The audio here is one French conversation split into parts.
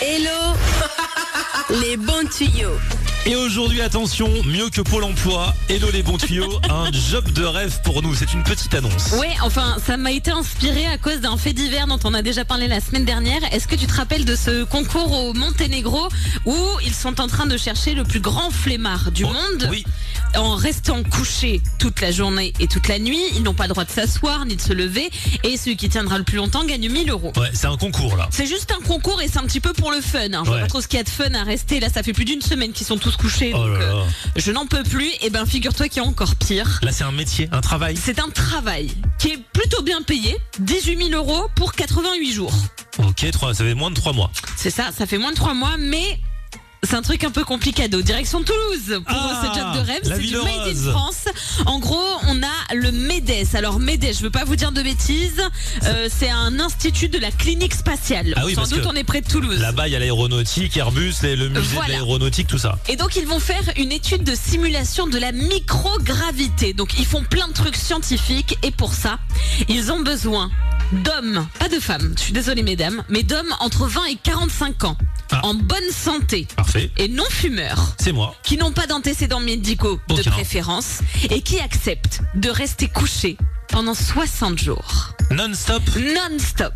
Hello Les bons tuyaux. Et aujourd'hui, attention, mieux que Pôle emploi, Hello les bons tuyaux, un job de rêve pour nous. C'est une petite annonce. Ouais, enfin, ça m'a été inspiré à cause d'un fait divers dont on a déjà parlé la semaine dernière. Est-ce que tu te rappelles de ce concours au Monténégro où ils sont en train de chercher le plus grand flemmard du Oh, monde Oui. en restant couché toute la journée et toute la nuit Ils n'ont pas le droit de s'asseoir ni de se lever et celui qui tiendra le plus longtemps gagne 1000 euros. Ouais, c'est un concours là. C'est juste un concours et c'est un petit peu pour le fun. hein. Je vois Ouais. pas trop ce qu'il y a de fun à rester. Là, ça fait plus d'une semaine qu'ils sont tous couchés. Oh donc, là euh, là. je n'en peux plus. Et ben, figure-toi qu'il y a encore pire. Là, c'est un métier, un travail. C'est un travail qui est plutôt bien payé, 18 000 euros pour 88 jours. Ok, trois, ça fait moins de trois mois. C'est ça, ça fait moins de 3 mois, mais c'est un truc un peu complicado. Direction Toulouse pour Ah, ce job de rêve, la c'est ville du Made heureuse. in France. En gros, on a le MEDES. Alors MEDES, je veux pas vous dire de bêtises, euh, c'est un institut de la clinique spatiale. Ah oui, Sans parce doute que on est près de Toulouse. Là-bas, il y a l'aéronautique, Airbus, les- le musée Voilà. de l'aéronautique, tout ça. Et donc ils vont faire une étude de simulation de la microgravité. Donc ils font plein de trucs scientifiques et pour ça, ils ont besoin d'hommes, pas de femmes, je suis désolée mesdames, mais d'hommes entre 20 et 45 ans, Ah. en bonne santé Parfait. et non fumeurs, C'est moi. qui n'ont pas d'antécédents médicaux de Aucun. préférence et qui acceptent de rester couchés pendant 60 jours, Non-stop. non-stop.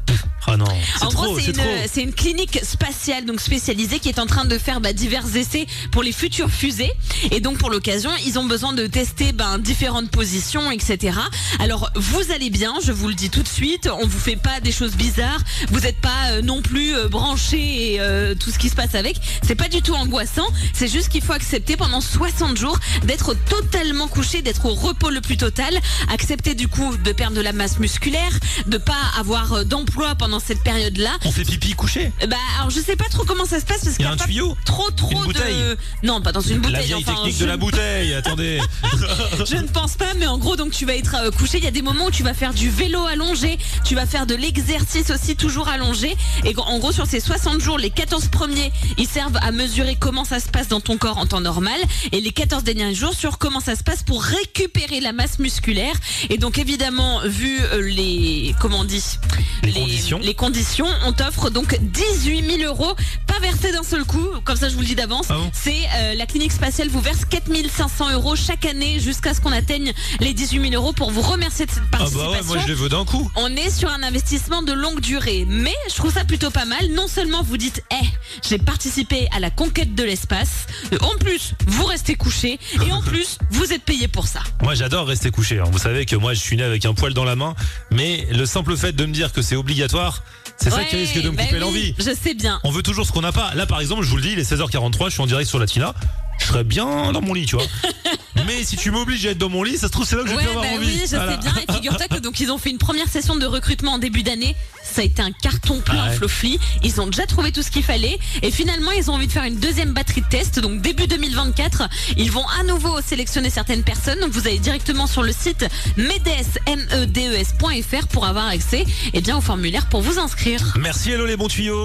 Ah non. C'est En trop, gros, c'est c'est trop. une, euh, c'est une clinique spatiale, donc spécialisée, qui est en train de faire bah, divers essais pour les futures fusées. Et donc, pour l'occasion, ils ont besoin de tester ben, différentes positions, etc. Alors, vous allez bien, je vous le dis tout de suite. On vous fait pas des choses bizarres. Vous n'êtes pas euh, non plus euh, branché et euh, tout ce qui se passe avec. C'est pas du tout angoissant. C'est juste qu'il faut accepter pendant 60 jours d'être totalement couché, d'être au repos le plus total. Accepter du coup de perdre de la masse musculaire, de pas avoir euh, d'emploi pendant cette période-là. On fait pipi couché. Bah, alors je sais pas trop comment ça se passe parce Il qu'il y y a un pas tuyau. trop trop Une bouteille. de non pas dans une La bouteille vieille enfin, technique je, de la bouteille. Attendez. Ah je ne pense pas mais en gros donc tu vas être euh, couché il y a des moments où tu vas faire du vélo allongé tu vas faire de l'exercice aussi toujours allongé et en gros sur ces 60 jours les 14 premiers ils servent à mesurer comment ça se passe dans ton corps en temps normal et les 14 derniers jours sur comment ça se passe pour récupérer la masse musculaire et donc évidemment vu euh, les comment on dit Les conditions. les conditions on t'offre donc 18 000 euros pas versés d'un seul coup comme ça je vous le dis d'avance Ah bon c'est euh, la clinique spatiale vous verse 4500 euros chaque année jusqu'à ce qu'on atteigne les 18 000 euros pour vous remercier de cette Ah participation. bah ouais, moi je les veux d'un coup. On est sur un investissement de longue durée, mais je trouve ça plutôt pas mal. Non seulement vous dites, eh, j'ai participé à la conquête de l'espace, en plus vous restez couché et en plus vous êtes payé pour ça. Moi, j'adore rester couché. hein. Vous savez que moi, je suis né avec un poil dans la main, mais le simple fait de me dire que c'est obligatoire, c'est ça qui Ouais, risque de me bah couper oui, l'envie. Je sais bien. On veut toujours ce qu'on n'a pas. Là, par exemple, je vous le dis, il est 16h43, je suis en direct sur Latina. Je serais bien dans mon lit, tu vois. mais si tu m'obliges à être dans mon lit, ça se trouve, c'est là que je vais Ouais, plus avoir bah envie. oui, je Voilà. sais bien. Et figure-toi que donc ils ont fait une première session de recrutement en début d'année. Ça a été un carton plein Ah ouais. en Flofli. Ils ont déjà trouvé tout ce qu'il fallait. Et finalement, ils ont envie de faire une deuxième batterie de test. Donc début 2024, ils vont à nouveau sélectionner certaines personnes. Donc vous allez directement sur le site E medes.fr pour avoir accès eh bien, au formulaire pour vous inscrire. Merci, hello les bons tuyaux.